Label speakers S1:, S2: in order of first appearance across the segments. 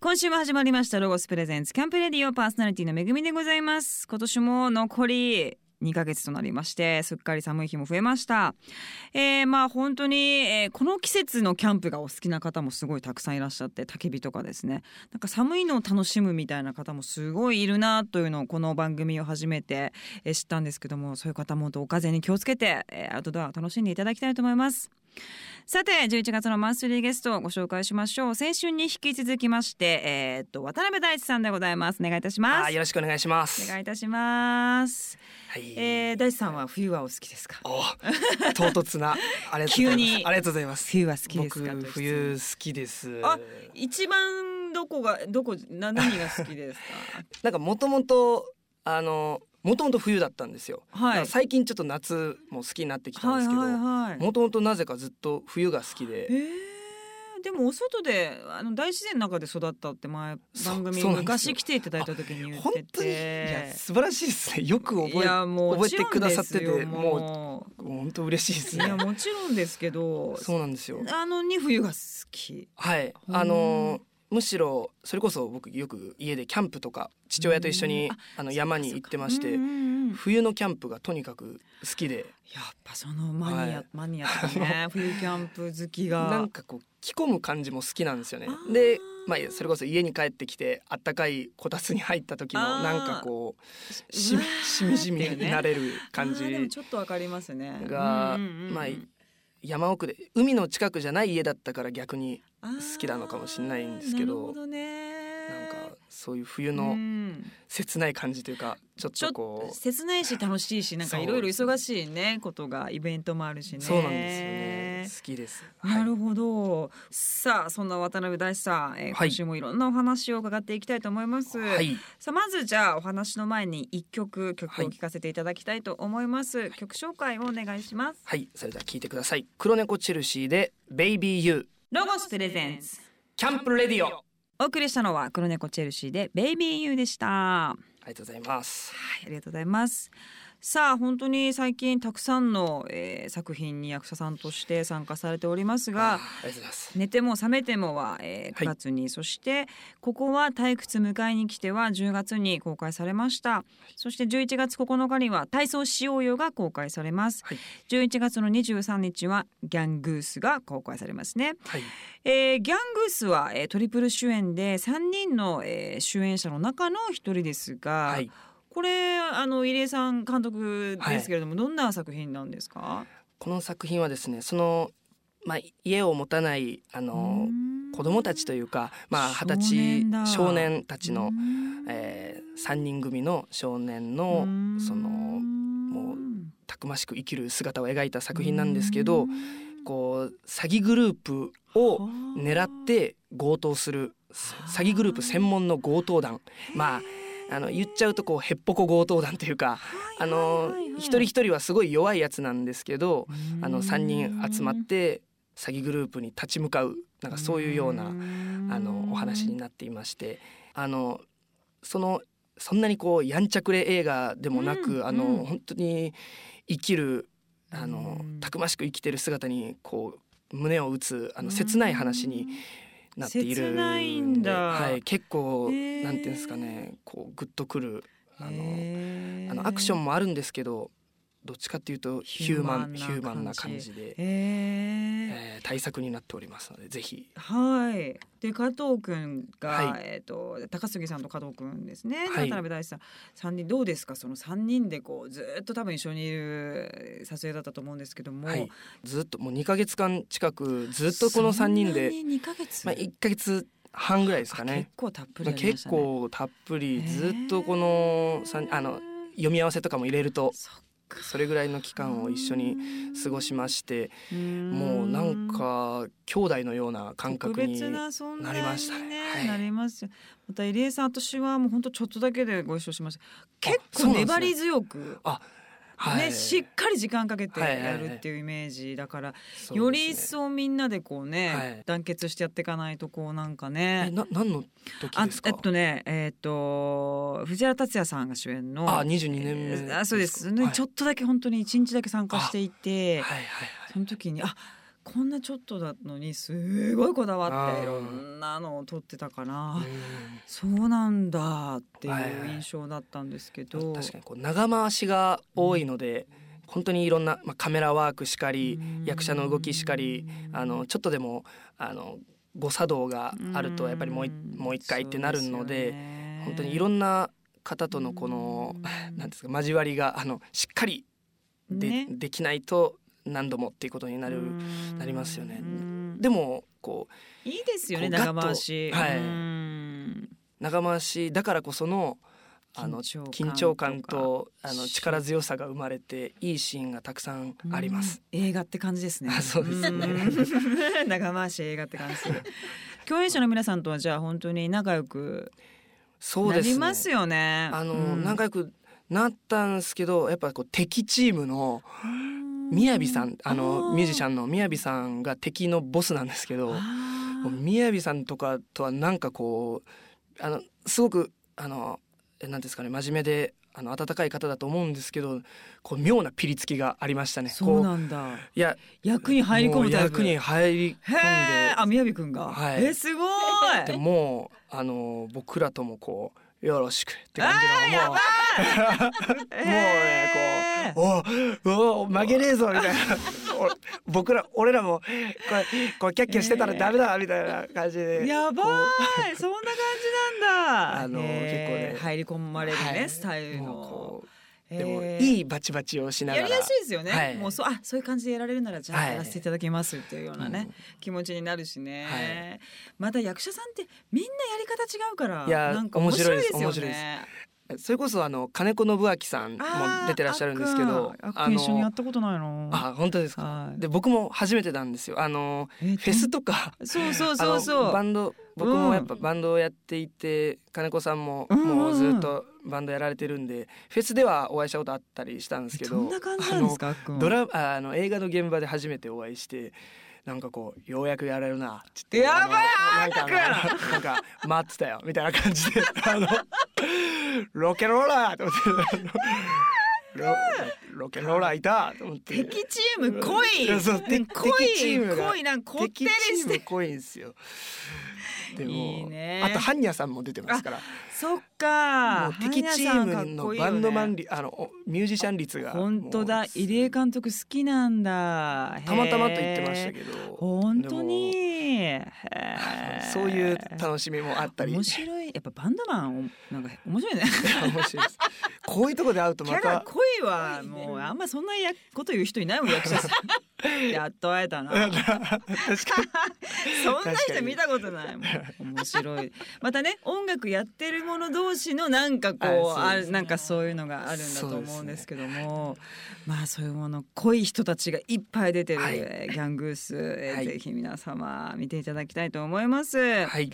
S1: 今週も始まりましたロゴスプレゼンツキャンプレディオパーソナリティのめぐみでございます今年も残り2ヶ月となりましてすっかり寒い日も増えました、えーまあ本当に、えーこの季節のキャンプがお好きな方もすごいたくさんいらっしゃって焚き火とかですねなんか寒いのを楽しむみたいな方もすごいいるなというのをこの番組を始めて、えー知ったんですけどもそういう方も本当お風邪に気をつけて、えーアウトドアを楽しんでいただきたいと思いますさて11月のマンスリーゲストをご紹介しましょう先週に引き続きましてえーっと渡辺大地さんでございますお願いいたし
S2: あ
S1: ま
S2: ー
S1: す
S2: よろしくお願いします。
S1: お願いいたします、
S2: はい。
S1: えー、大地さんは冬はお好きですか
S2: お唐突なありがとうございま す。
S1: 急に
S2: ありがとうございます。
S1: 冬は好きですか
S2: 僕
S1: という質問
S2: 冬好きです。
S1: あ一番どこがどこな何が好きです か
S2: なんかもともとあのもともと冬だったんですよ。だ
S1: は
S2: か
S1: い
S2: ら最近ちょっと夏も好きになってきたん
S1: は
S2: で
S1: い
S2: すけど、
S1: はいはい
S2: もともとなぜかずっと冬が好きで。
S1: えー、でもお外であの大自然の中で育ったって前
S2: そう
S1: 番組
S2: そうなんですよ
S1: 昔来ていただいた時に言っ
S2: 本
S1: て
S2: 当にいや
S1: て
S2: 素晴らしいですね。よく覚え
S1: やも
S2: 覚えてくださってて
S1: もちろんですよ
S2: もう
S1: も
S2: 本当嬉しいです
S1: ういや
S2: ね。
S1: もちろんですけど
S2: そうなんですよ。
S1: あのに冬が好き
S2: はい、
S1: うん
S2: あのむしろそれこそ僕よく家でキャンプとか父親と一緒に
S1: うん
S2: あの山に行ってまし
S1: う
S2: て
S1: んうんうん
S2: 冬のキャンプがとにかく好きで
S1: やっぱそのマニア、
S2: はい
S1: マニアとかね冬キャンプ好きが
S2: なんかこう着込む感じも好きなんですよね
S1: あ。ー
S2: で、まあ、それこそ家に帰ってきてあったかいこたつに入った時の
S1: あー
S2: なんかこうし
S1: う
S2: み
S1: わー
S2: しみじみ
S1: っていうね
S2: になれる感
S1: あーでも
S2: じ
S1: ちょっとわかりますね
S2: が
S1: うんうんうんうん
S2: まあ山奥で海の近くじゃない家だったから逆に
S1: あー
S2: 好きなのかもしれないんですけど
S1: なるほどね
S2: なんかそういう冬
S1: う
S2: の
S1: ん
S2: 切ない感じというかちょっ
S1: ちょっ
S2: と
S1: と
S2: こう
S1: 切ないし楽しいしなんか
S2: そう
S1: いろいろ忙しいねことがイベントもあるしね。
S2: そうなんですよね。好きです。
S1: な
S2: はい
S1: るほど、さあそんな渡辺大志さん、えー
S2: はい
S1: 今週もいろんなお話を伺っていきたいと思います、
S2: はい、
S1: さあまずじゃあお話の前に一曲曲
S2: は
S1: を
S2: い
S1: 聴かせていただきたいと思います、曲紹介をお願いします
S2: はい、それでは聞いてください。黒猫チェルシーで、ベイビーユー、
S1: ロゴスプレゼンツ
S2: キャンプレディオ。あ
S1: お送りしたのは黒猫チェルシーでベイビーユーでした
S2: りがとうございます。
S1: はい、ありがとうございます。さあ本当に最近たくさんの、えー作品に役者さんとして参加されております
S2: あ
S1: が
S2: ー、ありがとうございます。
S1: 寝ても覚めてもは、えー9
S2: はい
S1: 月に、そしてここは退屈迎えに来ては10月に公開されました、そして11月9日には体操しようよが公開されます、
S2: はい
S1: 11月の23日はギャングースが公開されますね
S2: はい、
S1: えーギャングースは、えートリプル主演で3人の、えー主演者の中の一人ですが、
S2: はい、
S1: これあの入江さん監督ですけれども、どんな作品なんですか？
S2: この作品はですね、その、まあ、家を持たない、あの、子供たちと
S1: いう
S2: いうか、まあ、
S1: 少
S2: 二十
S1: 年だ
S2: 歳、少年た
S1: た
S2: ちの。えー、3人組の少年のそのもうたくましく生きる姿を描いた作品なんですけどこう詐欺グループを狙って強盗するす詐欺グループ専門の強盗団まああの言っちゃうとこうへっぽこ強盗団というかあの一人一人はすごい弱いやつなんですけどあの3人集まって詐欺グループに立ち向かうなんかそういうようなあのお話に
S1: っ
S2: なっていましてあのそのそんなにこうやんちゃくれ映画でもなく、
S1: うん
S2: あの
S1: うん
S2: 本当に生きるあの、
S1: うん
S2: たくましく生きてる姿にこう胸を打つあの切ない話になっている
S1: 切ないんだ
S2: はい、結構、
S1: へー
S2: なんていうんですかねこうグッとくるあの
S1: の
S2: あのアクション
S1: も
S2: もあるんですけどどっちかっていうとヒューマン
S1: ヒ
S2: ヒ
S1: ュ
S2: ュ
S1: ー
S2: ー
S1: マ
S2: マ
S1: ン
S2: ン
S1: な
S2: な
S1: 感
S2: 感
S1: じ
S2: じで、
S1: え
S2: えー対策になっておりますのでぜひ
S1: はい。で加藤くんが、
S2: は
S1: えっ、と高杉さんと加藤くんですね。で
S2: はい
S1: 渡辺大志さん三人どうですかその三人でこうずーっと多分一緒にいる撮影だったと思うんですけども、
S2: はい、ずっともう2ヶ月間近くずっとこの3人で
S1: そんなに二ヶ月、
S2: まあ、1ヶ月半ぐらいですか
S1: あ結
S2: ね
S1: 構たっぷり
S2: まあ
S1: ありまし
S2: 結
S1: たね。
S2: 構たっぷりずっとこの三あの読み合わせとかも入れると
S1: そっか
S2: それぐらいの期間を一緒に過ごしましてもうなんか兄弟のような感覚に
S1: 特別な存在
S2: なりましたね
S1: に
S2: はい
S1: なりますよまた入江さん私はもう本当ちょっとだけでご一緒しました結
S2: そ
S1: 構
S2: うなんですね
S1: 粘り強く、
S2: あはい、
S1: ね、しっかり時間かけて
S2: はいはいはい
S1: やるっていうイメージだから、
S2: そうですね
S1: より一層みんなでこうね、
S2: はい
S1: 団結してやっていかないとこうなんか
S2: え
S1: ね。
S2: な何の時ですか
S1: えっとねえっ、と藤原竜也さんが主演の
S2: あ22年目
S1: えーあそうです
S2: かはい
S1: ちょっとだけ本当に一日だけ参加していて、
S2: はいはい
S1: その時にあこんなちょっとだのにすごいこだわって
S2: あー
S1: いろんなのを撮ってたから、
S2: うん
S1: そうなんだってい
S2: はいは
S1: う
S2: い
S1: 印象だったんですけど、
S2: 確かにこう長回しが多いので、本当にいろんな、まあ、カメラワークしかり、
S1: うん
S2: 役者の動きしかりあのちょっとでもあの誤作動があるとやっぱりもうい
S1: ん
S2: もう一回ってなる
S1: そうす
S2: ので
S1: よね
S2: 本当にいろんな方とのこの
S1: うん
S2: 何ですか交わりがあのしっかりで,、
S1: ね
S2: できないと何度もっていうことになる、
S1: うん
S2: なりますよね
S1: うん
S2: でもこう
S1: いいですよね
S2: こうガッと
S1: 長回し
S2: はい
S1: うん
S2: 長回しだからこそのあの緊張感とあの力強さが生まれていいシーンがたくさんあります。
S1: うん映画って感じですね
S2: あそうですね
S1: うん 長回し映画って 感じする共演者の皆さんとはじゃあ本当に仲良く
S2: そう
S1: な
S2: ですね
S1: りますよね
S2: あの、
S1: うん
S2: 仲良くなったんですけどやっぱこう敵チームのみやびさんあのミュージシャンのみやびさんが敵のボスなんですけど
S1: あー
S2: みやびさんとかとはなんかこうあのすごくあのえなんですかね真面目であの温かい方だと思うんですけどこう妙なピリつきがありましたね。
S1: そう
S2: こ
S1: なんだ
S2: ういや
S1: 役に入り込
S2: も
S1: む
S2: う
S1: タイプ
S2: 役に入り込ん
S1: へえ
S2: で
S1: あみやびくんが、
S2: はい
S1: えすごい
S2: でもうあの僕らともこうよろしくって感じのもう。
S1: もう
S2: もうねこう「おお曲げねえぞ」みたいな お僕ら俺らもこれこれキャッキャしてたらダメだみたいな感じで、
S1: やば
S2: こ
S1: いそんな感じなんだ
S2: あの
S1: へー
S2: 結構ね
S1: 入り込まれるね、
S2: はい
S1: スタイル
S2: もう
S1: の
S2: こうでも
S1: へー
S2: いいバチバチをしなが
S1: や
S2: ら
S1: りやすいですよね、
S2: はい
S1: もうそうあそういう感じでやられるならじゃあ
S2: はい
S1: やらせていただきますっていうようなね、気持ちになるしね、
S2: はい
S1: また役者さんってみんなやり方違うから
S2: いや
S1: なんか面
S2: 面
S1: 白
S2: 白
S1: い
S2: い
S1: で
S2: ですす
S1: よね
S2: うんそれこそあの金子信明さんも
S1: あー
S2: 出てらっしゃるんですけど
S1: あっくんあっくん一緒にや
S2: の
S1: ったことないの
S2: あ本当ですか
S1: はい
S2: で僕も初めてなんですよあの
S1: え
S2: フェスとか
S1: そうそうそう
S2: あ
S1: そ
S2: の
S1: う
S2: バンド僕もやっぱバンドをやっていて、金子さんも
S1: うんうんうん
S2: もうずっとバンドやられてるんで、フェスではお会いしたことあったりしたんですけど
S1: どんな感じなんですかあっく
S2: あ
S1: ん
S2: の
S1: は
S2: ドラああの映画の現場で初めてお会いしてなんかこうようやくやれるなっつって
S1: やばい
S2: あのなんかあのなんか待ってたよみたいな感じであのロケローラーと思ってあのロロケローラーいたと思って
S1: 敵チーム濃い
S2: いやそう
S1: ね
S2: 敵
S1: 濃
S2: 敵チー
S1: い
S2: ムが
S1: 濃いなんかこってり
S2: 敵チ
S1: し
S2: ーム
S1: て
S2: 濃いんですよでも
S1: いいね
S2: あとハンニャさんも出てますから
S1: そっか
S2: もう敵チームのバンドマン率、あのおミュージシャン率が
S1: 本当だ
S2: もう
S1: 入江監督好きなんだ
S2: たまたまと言ってました
S1: ど
S2: けど
S1: 本当に
S2: でも
S1: へ
S2: あ
S1: ー
S2: のそういう楽しみもあったり
S1: 面白いやっぱバンドマンおなんか面白いね
S2: 面白いです こういうとこで会うと
S1: キ
S2: ま
S1: ャラ
S2: た
S1: 濃いわもうあんまそんなやこと言う人いないもん役者さ んやっと会えたな そんな人見たことないもん面白いまたね音楽やってる者同士のなんかこう
S2: あ
S1: あ
S2: そうです
S1: るなんかそういうのがあるんだと
S2: そうです
S1: 思
S2: ね
S1: うんですけども、まあそういうもの濃い人たちがいっぱい出てる、
S2: はい
S1: えーギャングース、えー
S2: はい
S1: ぜひ皆様見ていただきたいと思います、
S2: はい、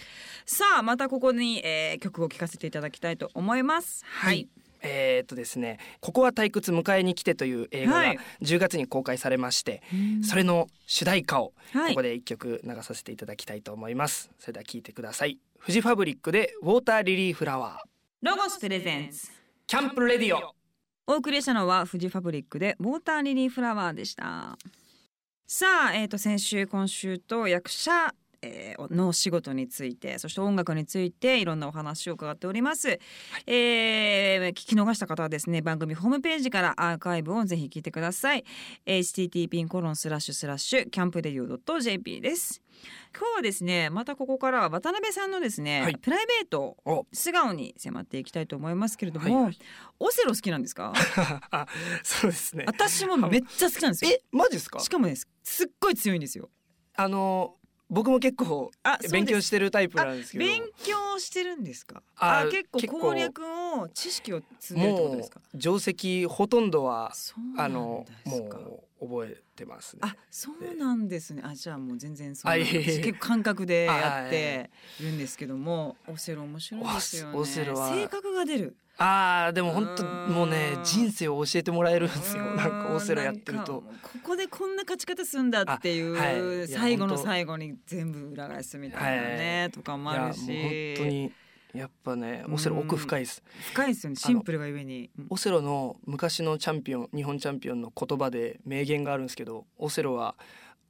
S1: さあまたここに、えー曲を聴かせていただきたいと思いますはい、
S2: えーっとですね「ここは退屈迎えに来て」という映画
S1: は
S2: が
S1: い
S2: 10月に公開されまして、そ
S1: れ
S2: れの主題歌を
S1: はい
S2: ここで一曲流させていただきたいと思います、それでは聴いてくださいフジファブリックでウォーターリリーフラワー
S1: ロゴスプレゼンス
S2: キャンプレディオ
S1: お送りしたのはフジファブリックでウォーターリリーフラワーでしたさあ、えー、と先週今週と役者えーのお仕事についてそして音楽についていろんなお話を伺っております、えー聞き逃した方はですね番組ホームページからアーカイブをぜひ聞いてください http コロンスラッシュスラッシュキャンプデリオ .jp です今日はですねまたここからは渡辺さんのですね、
S2: はい
S1: プライベート
S2: お
S1: 素顔に迫っていきたいと思いますけれども、
S2: は
S1: オセロ好きなんですか
S2: あそうですね
S1: 私もめっちゃ好きなんですよ
S2: えマジですか
S1: しかもねすすっごい強いんですよ
S2: あの僕も結構
S1: あそうです
S2: 勉強してるタイプなんですけど
S1: 勉強してるんですかあ
S2: あ
S1: 結構
S2: 結構
S1: 攻略を知識を積んでるってことで
S2: も
S1: すか
S2: う定石ほとんどは
S1: そうな
S2: あ
S1: ん
S2: の
S1: ですか
S2: もう覚えてますね
S1: あそうなんですねあじゃあもう全然そうなん
S2: あい
S1: で
S2: え
S1: す
S2: いえ
S1: 結構感覚でやっ
S2: あはいは
S1: てるんですけどもオセロ面白いですよね
S2: オセロは
S1: 性格が出る
S2: あーでも本当
S1: うーん
S2: もうね人生を教えてもらえるんですよ
S1: うーん
S2: なんかオセロやってる
S1: なん
S2: と
S1: かここでこんな勝ち方するんだっていう、
S2: あはいいや
S1: 最後の
S2: 本当
S1: 最後に全部裏返すみたいなね、とか
S2: い
S1: もあ
S2: やもう
S1: るし
S2: 本当にやっぱねオセロ奥深いです
S1: 深いですよねシンプルがゆえに
S2: オセロの昔のチャンピオン日本チャンピオンの言葉で名言があるんですけどオセロは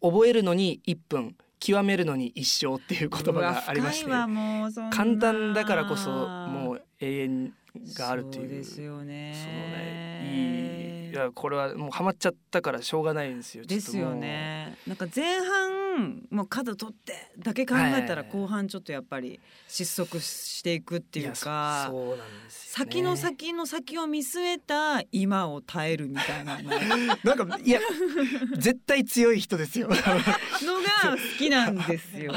S2: 覚えるのに1分極めるのに一生っていう言葉がありまし
S1: う
S2: て
S1: わ深いわもうそんな
S2: 簡単だからこそもう永遠があると
S1: そ
S2: いう
S1: うですよね
S2: そのねいいいやこれはもうハマっちゃったからしょうがないんですよ。ちょ
S1: で
S2: っと
S1: す
S2: もう
S1: よ。ねなんか前半もう角取ってだけ考えたら
S2: はい
S1: 後半ちょっとやっぱり失速していくっていう
S2: や
S1: か
S2: そそうなんですよね
S1: 先の先の先を見据えた今を耐えるみたいなの のが
S2: なんか いや絶対強い人 ですよ。
S1: 好きなんですよ。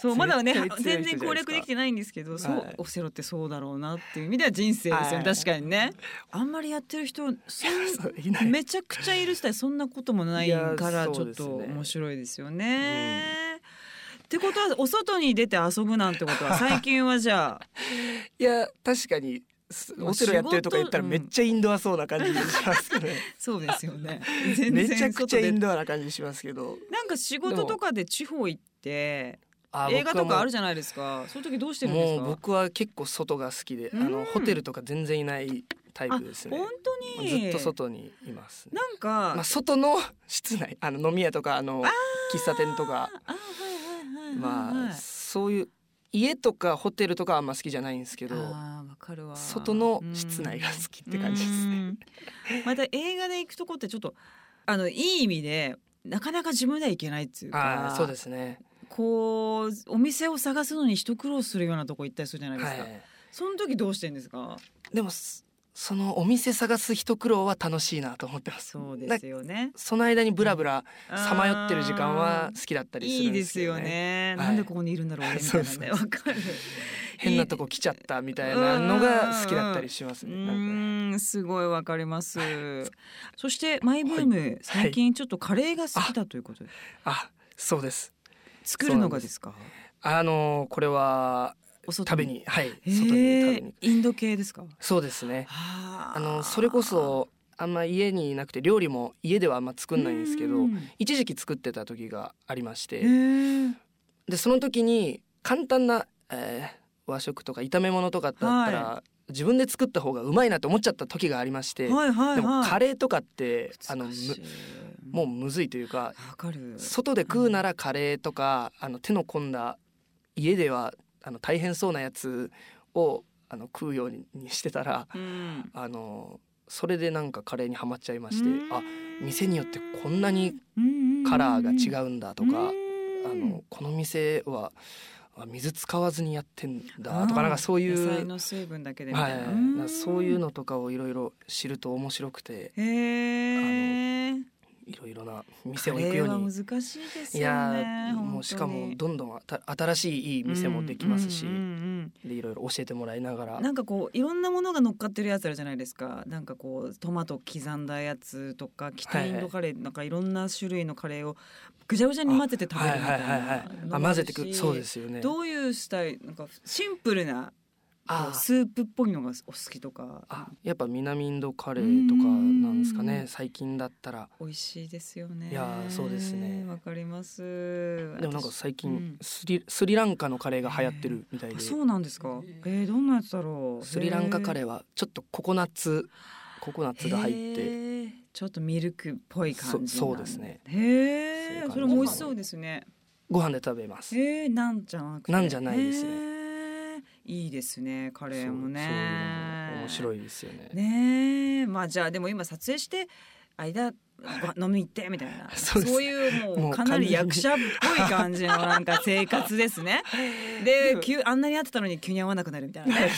S1: そうまだね
S2: 絶対強い人じゃ
S1: 全
S2: ないです
S1: 然
S2: か
S1: 攻略できてないんですけど、そ
S2: は
S1: う
S2: い
S1: オセロってそうだろうなっていう意味では人生ですよね、
S2: はい
S1: 確かにね。あんまりやってる人 そん
S2: そういない。
S1: めちゃくちゃいる時代そんなこともない
S2: いや
S1: からち
S2: そ
S1: ょ
S2: う
S1: っ
S2: ですね
S1: と面白いですよね。ってことはお外に出て遊ぶなんてこと は最近はじゃあ
S2: いや確かにす
S1: まあ
S2: オセロやってるとか言ったら
S1: 仕
S2: め
S1: 事
S2: っちゃインドアそうな感じしますけど、ね、
S1: そうですよ ね 全
S2: め
S1: 然
S2: ちゃくちゃ
S1: 外
S2: イ
S1: で
S2: ンドアな感じしますけど。
S1: なんか仕事とかで地方行って
S2: あ
S1: 映画とかある
S2: じ
S1: じゃないですかそういう時どうして
S2: ゃ
S1: るんです
S2: もう
S1: か
S2: 僕は結構外が好きで、あ
S1: う
S2: の
S1: ん
S2: ホテルとか全然いないタイプですね
S1: 本。当に
S2: ずっと外にいます、ね。
S1: なんか、
S2: まあ外の室内 あの飲み屋とかあの
S1: あ
S2: 喫茶店とか
S1: あはいはいはいはいはい
S2: まあそういう家とかホテルとかはあんま好きじゃないんですけど
S1: あーわかるわ
S2: 外の室内が好きって感じですね。
S1: うん。また映画で行くとこってちょっとあのいい意味でなかなか自分では行けないっていう
S2: あ
S1: か
S2: あそうですね。
S1: こうお店を探すのに一苦労するようなとこ行ったりするじゃないで
S2: は
S1: すか、
S2: い。
S1: その時どうしてんですか
S2: でもそそのお店探す一苦労は楽しいなと思ってます。
S1: そうですよね
S2: その間にブラブラさまよってる時間
S1: あ
S2: は
S1: ー
S2: 好きだったりす
S1: い
S2: る
S1: い
S2: ん
S1: で
S2: ですすけど
S1: よ
S2: ね。
S1: ね、
S2: はい
S1: なんでここにいるんだろう俺みたいなね
S2: そうそう
S1: わかる
S2: 変なとこ来ちゃったみたいなのが好きだったりします
S1: う
S2: ね。なんか
S1: ーんすごいわかりますそしてマイブーム、最近ちょっとカレーが好きだということで
S2: あそうです。
S1: 作るのがですか
S2: あのーこれは
S1: お外
S2: 食べにはい外
S1: へ
S2: に食べに
S1: えインド系ですか
S2: そうですね。
S1: あ
S2: あのそれこそあんま家にいなくて料理も家ではあんま作んないんですけど
S1: うん
S2: 一時期作ってた時がありまし
S1: へ
S2: て
S1: ー
S2: でその時に簡単な、えー和食とか炒め物とかだったら、自分で作った方がうまいなと思っちゃった時がありまして、
S1: はいはい
S2: でも
S1: はい
S2: カレーとかってあのむ
S1: 難しい
S2: もうむずいというか
S1: わかる
S2: 外で食うならカレーとかあの手の込んだ家ではあの大変そうなやつをあの食うようににしてたら
S1: うん
S2: あのそれでなんかカレーにはまっちゃいまして
S1: うん
S2: あ店によってこんなに
S1: うんうんうん
S2: カラーが違うんだとか
S1: うん
S2: あのこの店はあ水使わずにやってんだとかなんかそうい
S1: 野菜
S2: う、
S1: の水分だけでみ
S2: は
S1: た
S2: い、
S1: い
S2: な
S1: な、
S2: んかそういうのとかをいろいろ知ると面白くて
S1: へえ
S2: いろいろな店
S1: カ
S2: を行く
S1: レー
S2: よ
S1: は
S2: う
S1: 難
S2: に。
S1: しいです
S2: い
S1: よ
S2: や
S1: ね
S2: ーもうしかも
S1: 本当に
S2: どんどんあた新しいいい店もできますし、
S1: うんうん
S2: でいろいろ教えてもらいなが
S1: う
S2: ら
S1: んなんかこういろんなものが乗っかってるやつあるじゃないですかなんかこうトマト刻んだやつとか北インドカレー、なんかいろんな種類のカレーをぐちゃぐちゃに混ぜて食べるみたいな、
S2: はいはいはいはいあ混ぜてくるそうですすよね
S1: どういうスタイルなんかシンプルなこ
S2: あ
S1: う
S2: ー
S1: スープっぽいのがお好きとか
S2: あやっぱ南インドカレーとかなんですか
S1: うんうんう
S2: ね
S1: ん
S2: 最近だったら
S1: 美味しいですよね
S2: いやーそうですね
S1: わかります
S2: でもなんか
S1: 私
S2: 最
S1: う
S2: 近
S1: ん
S2: スリ,、スリランカのカレーが流行ってるみた
S1: あ
S2: いで
S1: そうなんですかえー、どんなやつだろう
S2: スリランカカ
S1: ー
S2: レーはちょっとココナッツココナッツが入っ
S1: へ
S2: て
S1: ーちょっとミルクっぽい感じ
S2: そ
S1: なん
S2: そうですねそういう
S1: へえ
S2: 感じ
S1: それも美味しそうですね
S2: ご飯で食べます
S1: へえなんじゃなくて
S2: なんじゃないですね
S1: ねいいですねカ
S2: カ
S1: レーもね
S2: そういうのも面白
S1: い
S2: いですよね
S1: ねえまあじゃあでも今撮影して間ご飲み行ってみたいな
S2: そうです
S1: いうも
S2: も
S1: う
S2: う
S1: かなり役者っぽい感じのなんか生活です ねで急あんなに会ってたのに急に会わなくなるみたいなね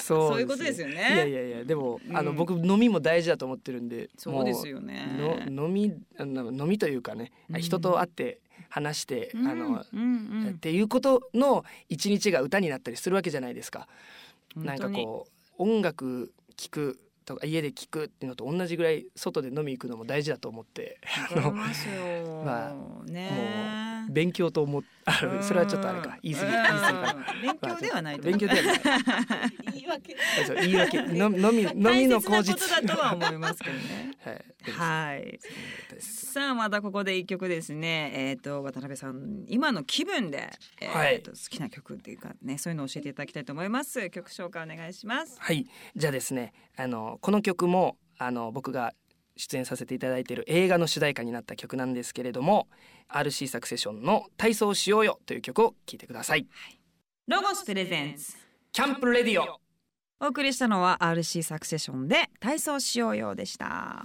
S2: そ
S1: そういうことですよね
S2: いやいやいやでも、
S1: うん
S2: あの僕飲みも大事だと思ってるんで
S1: そうですよ
S2: も
S1: ね
S2: うの飲みあの飲みというかね、
S1: うん
S2: 人と会って話して、あ
S1: うん
S2: の
S1: うんうん
S2: っていうことの一日が歌になったりするわけじゃないですか。なんかこう音楽聴くとか家で聴くっていうのと同じぐらい外で飲み行くのも大事だと思って
S1: 本当にわかりますよ。
S2: ま
S1: ねえ。
S2: 勉強と思っあ
S1: うん
S2: それはちょっとあれか言い過ぎ言い過ぎかな。
S1: うん勉強ではないと思う。
S2: 勉強ではない。
S1: 言い訳。
S2: そう言い訳の飲み飲み
S1: 大
S2: の
S1: 切
S2: 口
S1: な
S2: 実。
S1: ことだとは思いますけど ね。
S2: はい。
S1: はい。さあまたここで一曲ですね。えっ、と渡辺さん今の気分で、えー
S2: はい
S1: と好きな曲っていうかねそういうのを教えていただきたいと思います。曲紹介お願いします。
S2: はい。じゃあですね、あのこの曲もあの僕が出演させていただいている映画の主題歌になった曲なんですけれども RC サクセションの「体操しようよ」という曲を聴いてください。
S1: ロゴスプレゼンツ
S2: キャンプレディオ
S1: お送りしたのは RC サクセションで体操しようようでした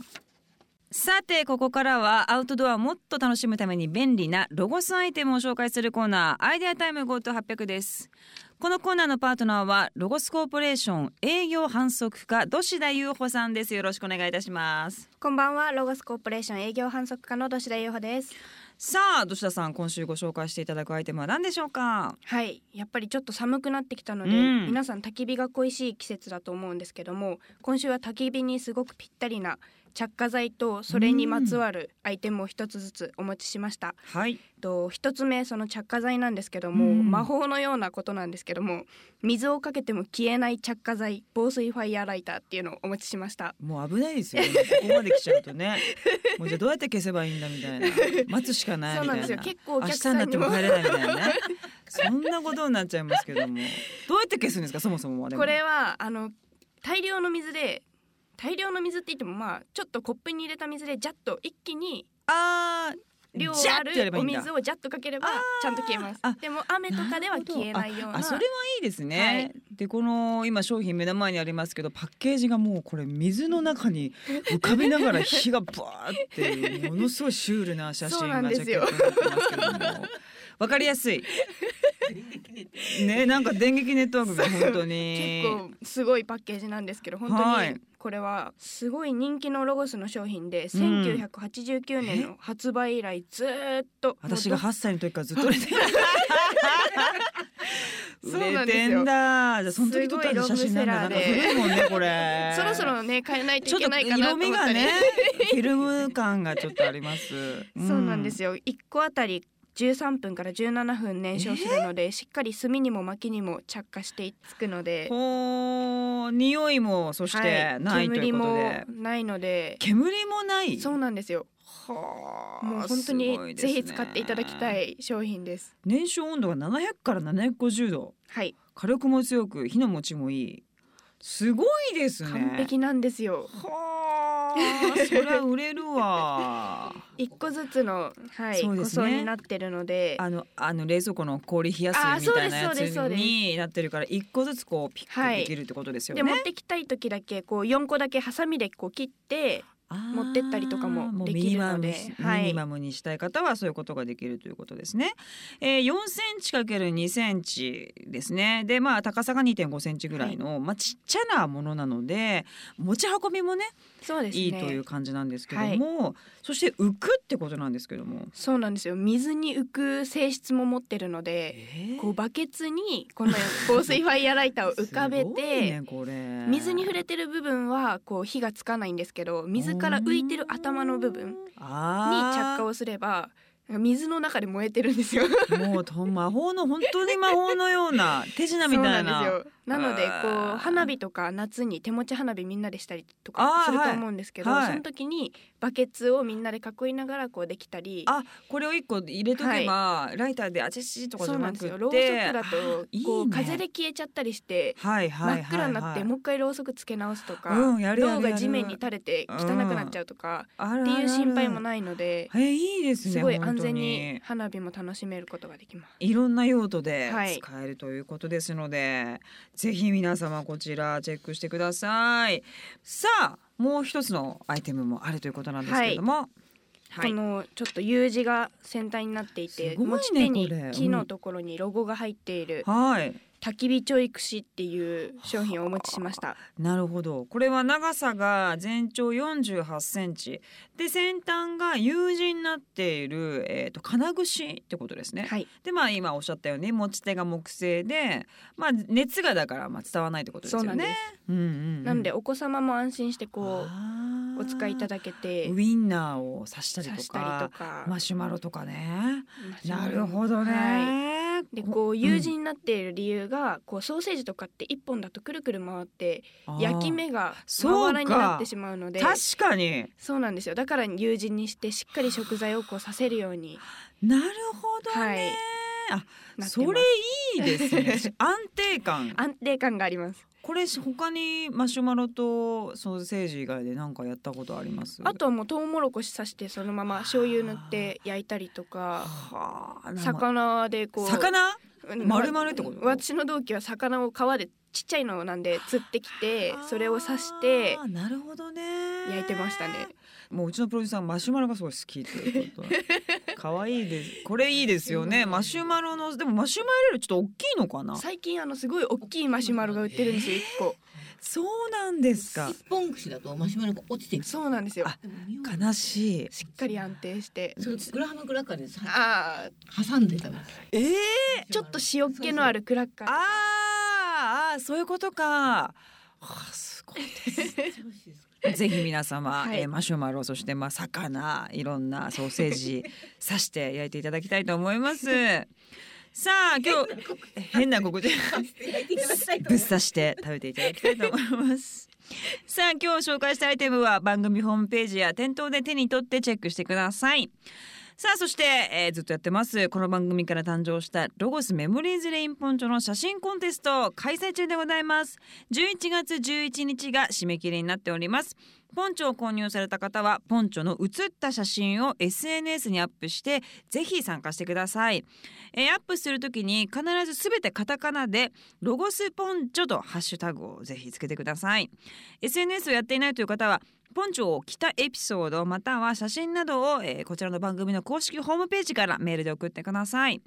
S1: さてここからはアウトドアをもっと楽しむために便利なロゴスアイテムを紹介するコーナーアイデアタイム GoTo800 ですこのコーナーのパートナーはロゴスコーポレーション営業販促課土師田優穂さんですよろしくお願いいたします
S3: こんばんはロゴスコーポレーション営業販促課の土田優穂です
S1: さあ土師田さん今週ご紹介していただくアイテムは何でしょうか
S3: はいやっぱりちょっと寒くなってきたので、
S1: うん
S3: 皆さん焚き火が恋しい季節だと思うんですけども今週は焚き火にすごくぴったりな着火剤とそれにまつわるアイテムを一つずつお持ちしました、
S1: はい
S3: と一つ目その着火剤なんですけども、
S1: うん
S3: 魔法のようなことなんですけども水をかけても消えない着火剤防水ファイヤーライターっていうのをお持ちしました
S1: もう危ないですよねここまで来ちゃうと ねもうじゃあどうやって消せばいいんだみたいな待つしかない
S3: そう
S1: み
S3: な
S1: た
S3: ん
S1: い
S3: で
S1: な
S3: すよ結構お
S1: 明
S3: 客
S1: 日
S3: さ
S1: になんって
S3: に
S1: も
S3: も
S1: 帰れないみたいな ねそんなことになっちゃいますけどもどうやって消すんですかそもそもはでも
S3: これはあの大量の水で大量の水って言ってもまあちょっとコップに入れた水でジャッと一気に
S1: あー
S3: 量
S1: ジャ
S3: あ
S1: ッてやれ
S3: る
S1: ばい
S3: お
S1: いんだ
S3: 水をジャッとかければ
S1: あー
S3: ちゃんと消えます
S1: あ
S3: でも雨とかでは消えないような
S1: あそれはいいですね、でこの今商品目の前にありますけどパッケージがもうこれ水の中に浮かびながら火がバーっていうものすごいシュールな写真がジャケットになってますけどもわかりやす いねなんか電撃ネットワークが本当に
S3: 結構すごいパッケージなんですけど本
S1: は
S3: 当
S1: い
S3: にこれはすごい人気のロゴスの商品で、
S1: うん
S3: 1989年の発売以来ずーっと
S1: 私が
S3: もうど
S1: 8歳の時からずっと売れてる
S3: そうな
S1: 売れ
S3: んです
S1: て
S3: よ
S1: んだじゃあその時撮った
S3: すごい
S1: 写真なんだなん
S3: ロングセラー
S1: か
S3: で
S1: 古いもんねこれ
S3: そろそろね変えない
S1: ち
S3: と
S1: ょっ
S3: いけ
S1: と
S3: ないかなと
S1: 色
S3: 思
S1: 味
S3: った
S1: が
S3: り、
S1: ねフィルム感がちょっとあります、
S3: そうなんですよ一個あたり13分から17分燃焼するので、しっかり炭にも薪にも着火していつくので
S1: ほー匂いもそし
S3: は
S1: てないとい
S3: 煙
S1: うことで、
S3: もないので
S1: 煙もない
S3: そうなんですよ
S1: はあ
S3: もう本当
S1: すごい
S3: に
S1: ですね
S3: ぜひ使っていただきたい商品です
S1: 燃焼温度が700から750度
S3: はい
S1: 火力も強く火の持ちもいいすごいですね
S3: 完璧なんですよ
S1: はあ、そりゃ売れるわ。
S3: 一個ずつの、はい
S1: そうで
S3: 個
S1: すね
S3: 装になってるので
S1: あの、あの冷蔵庫の氷冷やす
S3: あー
S1: みたいなや
S3: そう
S1: つ
S3: ですそうです
S1: になってるから、一個ずつこうピッ
S3: は
S1: ク
S3: い
S1: できるってことですよ
S3: で
S1: ね。
S3: 持ってきたい時だけこう四個だけハサミでこう切って
S1: あー
S3: 持ってったりとかも
S1: う
S3: できるので
S1: ミニマムに
S3: はい
S1: ミニマムにしたい方はそういうことができるということですね。えー、4センチかける2センチですね。で、まあ高さが2.5センチぐらいの、まあちっちゃなものなので、持ち運びもね、
S3: そうですね
S1: いいという感じなんですけども、そして浮くってことなんですけども。
S3: そうなんですよ水に浮く性質も持ってるので
S1: え
S3: こうバケツにこの防水ファイヤーライターを浮かべ
S1: すごい
S3: て
S1: ね、これ
S3: 水に触れてる部分はこう火がつかないんですけど水から浮いてる頭の部分に着
S1: あ
S3: 火をすれば水の中で燃えてるんですよ。
S1: ーもうと魔法の本当に魔法のよう な手品み
S3: そう
S1: た
S3: ないん
S1: な
S3: ですよなので
S1: あ
S3: こ
S1: ー
S3: う花火とか夏に手持ち花火みんなでしたりと
S1: あー
S3: かする
S1: は
S3: と
S1: い
S3: 思うんですけど、
S1: はい
S3: その時にバケツをみんなで囲いながらこうできたり
S1: あこれを一個入れとけば、ライターであちちとかじ
S3: そ
S1: ゃ
S3: うな
S1: なん
S3: で
S1: く
S3: す
S1: て
S3: よろうそくだ
S1: あ
S3: と
S1: いいね
S3: こう風で消えちゃったりして
S1: はいはいはい、はい、
S3: 真っ暗になってもう一回ろうそくつけ直すとか、
S1: うんやるやるや
S3: 銅
S1: る
S3: が地面に垂れて汚くなっちゃうとか
S1: ある
S3: っていう心配も
S1: い
S3: ないので
S1: えいいですね
S3: すごい
S1: 本当
S3: 安全に花火も楽しめることができます。
S1: いろんな用途で
S3: はい
S1: 使えるということですので、ぜひ皆様こちらチェックしてくださいさあもう一つのアイテムもあるということなんですけれども、はい
S3: このちょっと U 字が先端になっていて
S1: すごいね
S3: 持ち手に
S1: これうん
S3: 木のところにロゴが入っている
S1: はい
S3: 焚き火ちょい串っていう商品をお持ちしました。
S1: なるほどこれは長さが全長48センチで先端が U 字になっている、えー、と金串ってことですね、
S3: はい、
S1: でまあ今おっしゃったように持ち手が木製で、まあ、熱がだからまあ伝わらないってことです
S3: そ
S1: よね
S3: うなんです。
S1: うんうんうん
S3: なのでお子様も安心してこ
S1: あ
S3: う
S1: ー
S3: お使いいただけて
S1: ウインナーを刺したり
S3: 刺
S1: と
S3: したりと
S1: か
S3: か。
S1: マシュマロとかね
S3: マシュマ
S1: な
S3: ロ
S1: るほどね、
S3: はいで
S1: こ
S3: こう U 字になっている理由が、こうソーセージとかって一本だとくるくる回って
S1: あー
S3: 焼き目が
S1: そ
S3: ま
S1: うか
S3: ばらになってしまうので
S1: 確かに
S3: そうなんですよだから U 字にしてしっかり食材をこうさせるように
S1: なるほどね、
S3: はい
S1: あ
S3: なってます
S1: それいいですね安定感
S3: 安定感があります
S1: これ他にマシュマロとソーセージ以外で何かやったことあります
S3: あとはもうトウモロコシ刺してそのまま醤油塗って焼いたりとか
S1: はあ生
S3: 魚でこう
S1: 魚
S3: うん
S1: 丸々ってこと
S3: わ私の同期は魚を川でちっちゃいのなんで釣ってきてそれを刺して
S1: あーなるほどね
S3: 焼いてましたね
S1: もううちのプロデューサーマシュマロがすごい好きという ことで可愛いですこれいいですよねマシュマロのでもマシュマロよりちょっと大きいのかな
S3: 最近あのすごい大きいマシュマロが売ってるんですよ一個
S1: そうなんですか
S4: 一本串だとマシュマロが落ちていく。
S3: そうなんですよ
S1: あ
S4: でも匂いが
S1: 悲しい
S3: しっかり安定して
S4: それグラハムグラッカーでさ
S3: あー
S4: 挟んで食べます。
S1: えー、
S3: ちょっと塩っ気のあるクラッカー
S1: あーあーそういうことかはあすごいぜひ皆様、
S3: はい
S1: えーマシュマロそしてまあ魚いろんなソーセージ刺して焼いていただきたいと思います。さあ今日変な告知ぶっ刺して食べていただきたいと思います。さあ今日紹介したアイテムは番組ホームページや店頭で手に取ってチェックしてください。さあそして、えーずっとやってますこの番組から誕生したロゴスメモリーズレインポンチョの写真コンテスト開催中でございます11月11日が締め切りになっておりますポンチョを購入された方はポンチョの写った写真を SNS にアップしてぜひ参加してください、えーアップするときに必ずすべてカタカナでロゴスポンチョとハッシュタグをぜひつけてください SNS をやっていないという方はポンチョを着たエピソードまたは写真などを、えーこちらの番組の公式ホームページからメールで送ってください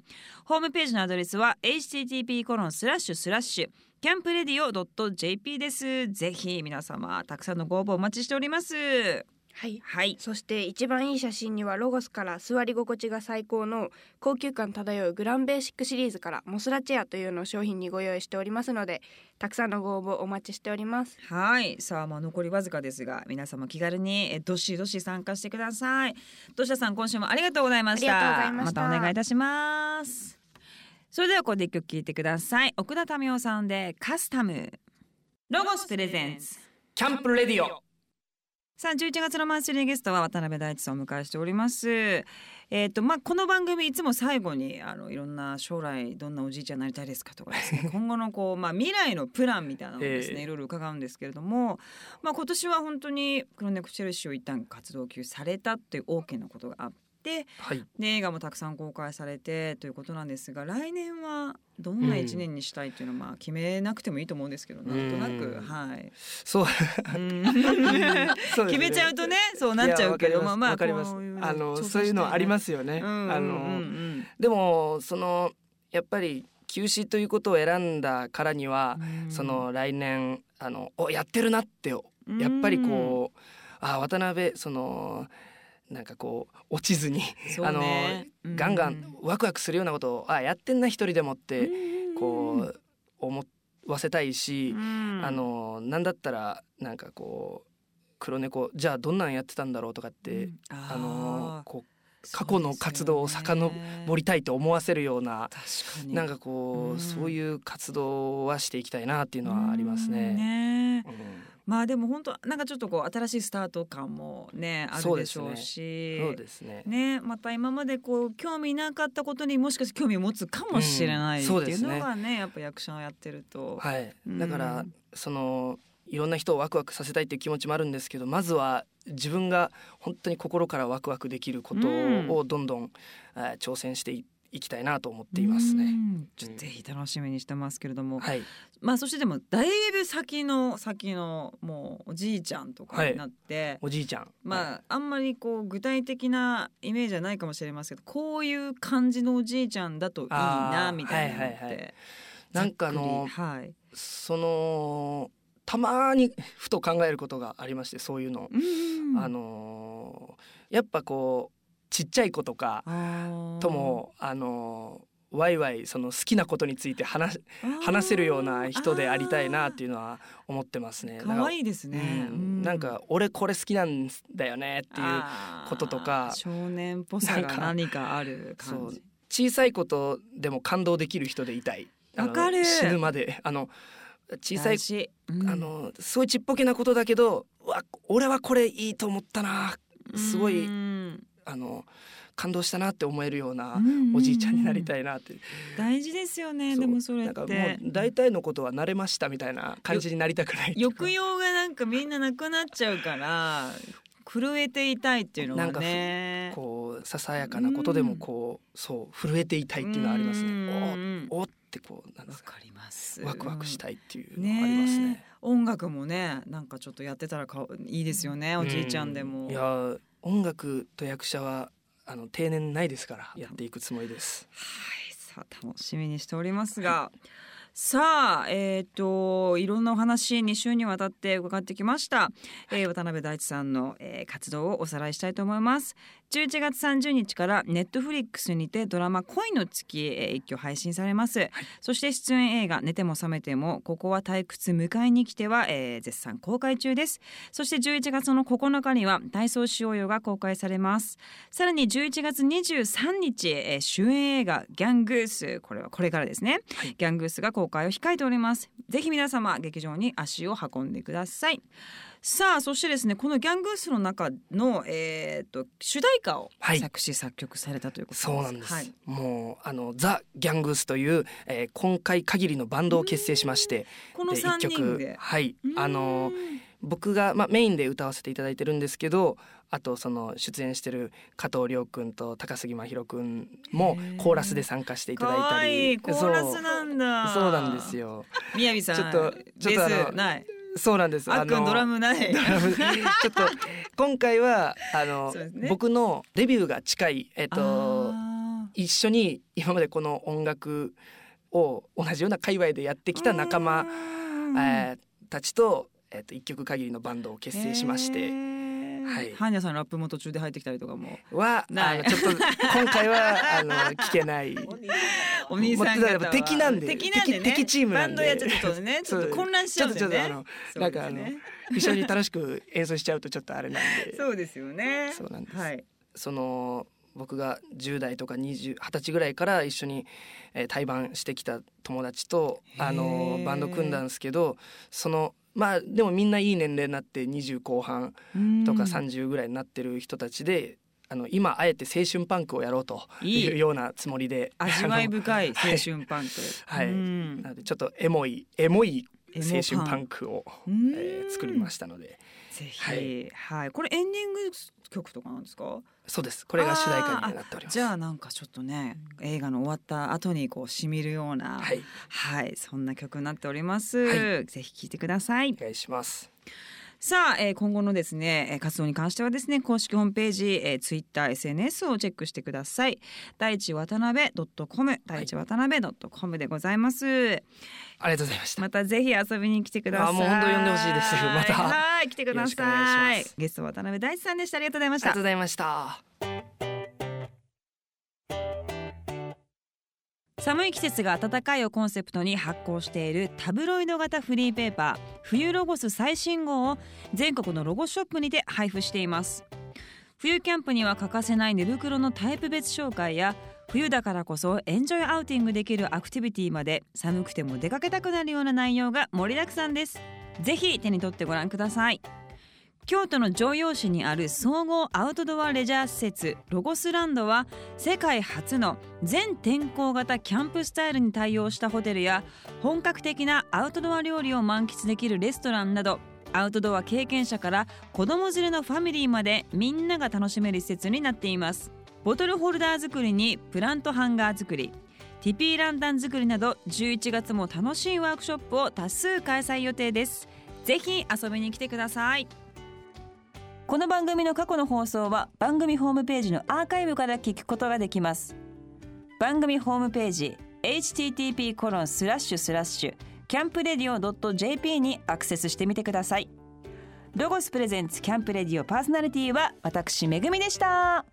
S1: ホームページのアドレスは http コロンスラッシュスラッシュキャンプレディオ .jp ですぜひ皆様たくさんのご応募お待ちしております
S3: はい
S1: はい
S3: そして一番いい写真にはロゴスから座り心地が最高の高級感漂うグランベーシックシリーズからモスラチェアというのを商品にご用意しておりますのでたくさんのご応募お待ちしております
S1: はいさあまあ残りわずかですが皆様気軽にえーどしどし参加してくださいどしゃさん今週もありがとうございました
S3: ありがとうございました
S1: またお願いいたしますそれではここで一曲聴いてください奥田民生さんでカスタムロゴスプレゼンツ
S2: キャンプレディオ
S1: さあ11月のマンスリーゲストは渡辺大地さんをお迎えしております。えっ、とまあこの番組いつも最後にあのいろんな将来どんなおじいちゃんになりたいですかとかです ね今後のこうまあ未来のプランみたいなのをですね、
S2: ええ
S1: いろいろ伺うんですけれども、まあ今年は本当に黒猫チェルシーを一旦活動休止されたっていう大きなことがあって、
S2: はい
S1: で映画もたくさん公開されてということなんですが来年はどんな一年にしたいっていうのはまあ決めなくてもいいと思うんですけど、なんとなく
S2: うん
S1: はい。
S2: そうそうですね
S1: 決めちゃうとねそうなっちゃうけど
S2: いや
S1: まあまあ
S2: わかります
S1: こ
S2: わ
S1: う
S2: か
S1: い
S2: り
S1: う
S2: ま
S1: の
S2: すあの
S1: 調整
S2: そういう
S1: した
S2: の
S1: ね
S2: ありますよね、
S1: うんうんうん
S2: あ
S1: う
S2: の
S1: ん
S2: でもそのやっぱり休止ということを選んだからには、その来年あのおやってるなってや
S1: うん
S2: っぱりこう、あ渡辺そのなんかこう落ちずに、
S1: そうねうん
S2: ガンガンワクワクするようなことをあやってんな一人でもって、こう思わせたいし、
S1: うん
S2: あのなんだったらなんかこう黒猫じゃあどんなんやってたんだろうとかって、
S1: うん
S2: あ
S1: あ
S2: の
S1: ー
S2: こ過去の活動を遡う盛りたいと思わせるような
S1: そうですよね確かに
S2: なんかこう、
S1: うん
S2: そういう活動はしていきたいなっていうのはありま
S1: う
S2: す
S1: ん
S2: ね。
S1: ね
S2: うん
S1: まあでも本当なんかちょっとこう新しいスタート感もねあるでしょう
S2: そう
S1: し
S2: ですね。
S1: ねまた今までこう興味なかったことにもしかして興味を持つかもしれないって
S2: うんそう
S1: い
S2: で
S1: う
S2: すね
S1: のがねやっぱ役者をやってると
S2: はい。
S1: うん
S2: だから、そのいろんな人をワクワクさせたいっていう気持ちもあるんですけど、まずは自分が本当に心からワクワクできること
S1: うん
S2: をどんどん、えー挑戦していいきたいなと思っています
S1: う
S2: ね。
S1: んちょっとぜひ楽しみにしてますけれども、
S2: はい。
S1: まあそしてでもだいぶ先の先のもうおじいちゃんとかになって、
S2: おじいちゃん。
S1: ま
S2: は
S1: ああんまりこう具体的なイメージはないかもしれませんけどこういう感じのおじいちゃんだといいな
S2: あー
S1: みたいなのって、
S2: はいはいははいなんかあの
S1: ざっくりはい、
S2: そのたまにふと考えることがありましてそういうの。
S1: うん
S2: あのーやっぱこうちっちゃい子とか
S1: あー
S2: ともあのーワイワイその好きなことについて話し
S1: あー
S2: 話せるような人でありたいなっていうのは思ってますね。
S1: あ
S2: だ
S1: ー
S2: から
S1: 可愛いです
S2: う
S1: ね、
S2: んなん
S1: っ
S2: か俺これ好きなんだよねっていうこととか
S1: 少年っぽさ
S2: な
S1: が
S2: んか
S1: 何かある感
S2: そう
S1: じ
S2: 小さいことでも感動できる人でいたい。あの
S1: わかる
S2: 死ぬまであの小さい
S1: 大事うん
S2: あのすごいちっぽけなことだけどうわ俺はこれいいと思ったなすごい
S1: うん
S2: あの感動したなって思えるような
S1: うん
S2: おじいちゃんになりた
S1: い。
S2: いなって、
S1: 大事ですよね。
S2: そう
S1: でもそれ
S2: なん
S1: っ
S2: かも
S1: て
S2: う。大体のことは慣れましたみたいな感じになりたくない
S1: 抑揚がなんかみんななくなっちゃうから震えていたいっていうのはね。
S2: こうささやかなことでもこうそう震えていたいっていうのはありますね。
S1: ね。
S2: おおってこうなんで
S1: わ
S2: すか
S1: かります。
S2: ワクワクし
S1: い。
S2: たいっていうのはありますね。
S1: ねえ音楽もねなんかちょっとやってたらかいいですよねおじいちゃんでも。
S2: いや音楽と役者はあの定年ないですからやっていくつもりです。
S1: はい、さあ楽しみにしておりますが、さあえっ、といろんなお話2週にわたって伺ってきました、えー渡辺大地さんの、えー活動をおさらいしたいと思います11月30日からネットフリックスにてドラマ恋の月、えー一挙配信されます、そして出演映画寝ても覚めてもここは退屈迎えに来ては、えー絶賛公開中ですそして11月の9日には体操しようよが公開されますさらに11月23日、えー主演映画ギャングースこれはこれからですね、ギャングースが公開を控えておりますぜひ皆様劇場に足を運んでくださいさあそしてですねこのギャングースの中のえー、と主題歌を
S2: はい
S1: 作詞作曲されたということ
S2: そうなんです。
S1: はい
S2: もうあのザギャングスという、えー今回限りのバンドを結成しまして、
S1: この
S2: で
S1: 3
S2: 一
S1: 人
S2: 曲
S1: で
S2: はいあの僕が、まあ、メインで歌わせていただいてるんですけどあとその出演してる加藤亮君と高杉真宙君も
S1: へー
S2: コーラスで参加していただい
S1: 可
S2: た
S1: 愛い
S2: り
S1: コーラスなんだ
S2: そうそうなんです
S1: よ
S2: よ
S1: みやびさん
S2: ちょっとちょっとあの
S1: ベースない
S2: そうなんです
S1: あっくん
S2: の
S1: ドラムない
S2: ドラム ちょっと今回はあの、
S1: そうですね
S2: 僕のデビューが近いえっと
S1: あ
S2: 一緒に今までこの音楽を同じような界隈でやって
S1: ー
S2: きた仲間
S1: う、ん
S2: えーたちと、えっと一曲限りのバンドを結成しまして。
S1: へー
S2: はい
S1: ハンニャさんのラップも途中で入ってきたりとかも
S2: は
S1: な
S2: あ
S1: い
S2: のちょっと今回はあの聞けない
S1: お兄さん
S2: もうだ
S1: 方は
S2: から敵なんで
S1: 敵なんでね
S2: 敵敵チームなんで
S1: バンドやっちゃったとねちょっと
S2: そう
S1: 混乱しち
S2: ち
S1: ゃ
S2: ょっ
S1: うんだ
S2: とち
S1: よ
S2: ょっとあ
S1: ね
S2: のなんかあの一緒に楽しく演奏しちゃうとちょっとあれなんで
S1: そうですよね
S2: そうなんです
S1: はい
S2: その僕が10代とか20 20歳ぐらいから一緒に、えー対バンしてきた友達と
S1: へー
S2: あのバンド組んだんですけどそのまあでもみんないい年齢になって20後半とか
S1: うん
S2: 30ぐらいになってる人たちで、あの今あえて青春パンクをやろうと
S1: い
S2: いう
S1: い
S2: ようなつもりで
S1: 味わい深い青
S2: はい
S1: 春パンク
S2: はい
S1: うん
S2: なのでちょっとエモいエモい
S1: エモ
S2: 青春パンクを、
S1: うん
S2: えー作りましたので
S1: ぜひは、
S2: はい
S1: これエンディング曲とかなんですか
S2: そうですこれが主題歌になっております
S1: じゃあなんかちょっとね映画の終わった後にこう染みるような
S2: はい
S1: はい、そんな曲になっております、
S2: は
S1: ぜひ聴いてください
S2: お願いします
S1: さあ、えー今後のですねえー活動に関してはですね公式ホームページ、えー、ツイッター SNS をチェックしてください第一渡辺 .com 第一渡辺 .com でございます、
S2: ありがとうございました
S1: またぜひ遊びに来てください
S2: あもう本当呼んでほしいですまた
S1: はい来てくだ
S2: よろしくお願
S1: さ
S2: い
S1: い
S2: します
S1: ゲスト渡辺大地さんでしたありがとうございま
S2: あり
S1: し
S2: が
S1: た
S2: とうございました
S1: 寒い季節が暖かいをコンセプトに発行しているタブロイド型フリーペーパー冬ロゴス最新号を全国のロゴショップにて配布しています冬キャンプには欠かせない寝袋のタイプ別紹介や冬だからこそエンジョイアウティングできるアクティビティまで寒くても出かけたくなるような内容が盛りだくさんですぜひ手に取ってご覧ください京都の城陽市にある総合アウトドアレジャー施設ロゴスランドは世界初の全天候型キャンプスタイルに対応したホテルや本格的なアウトドア料理を満喫できるレストランなどアウトドア経験者から子供連れのファミリーまでみんなが楽しめる施設になっていますボトルホルダー作りにプラントハンガー作りティピーランタン作りなど11月も楽しいワークショップを多数開催予定ですぜひ遊びに来てくださいこの番組の過去の放送は番組ホームページのアーカイブから聞くことができます番組ホームページ http コロンスラッシュスラッシュキャンプレディオ .jp にアクセスしてみてくださいロゴスプレゼンツキャンプレディオパーソナリティは私めぐみでした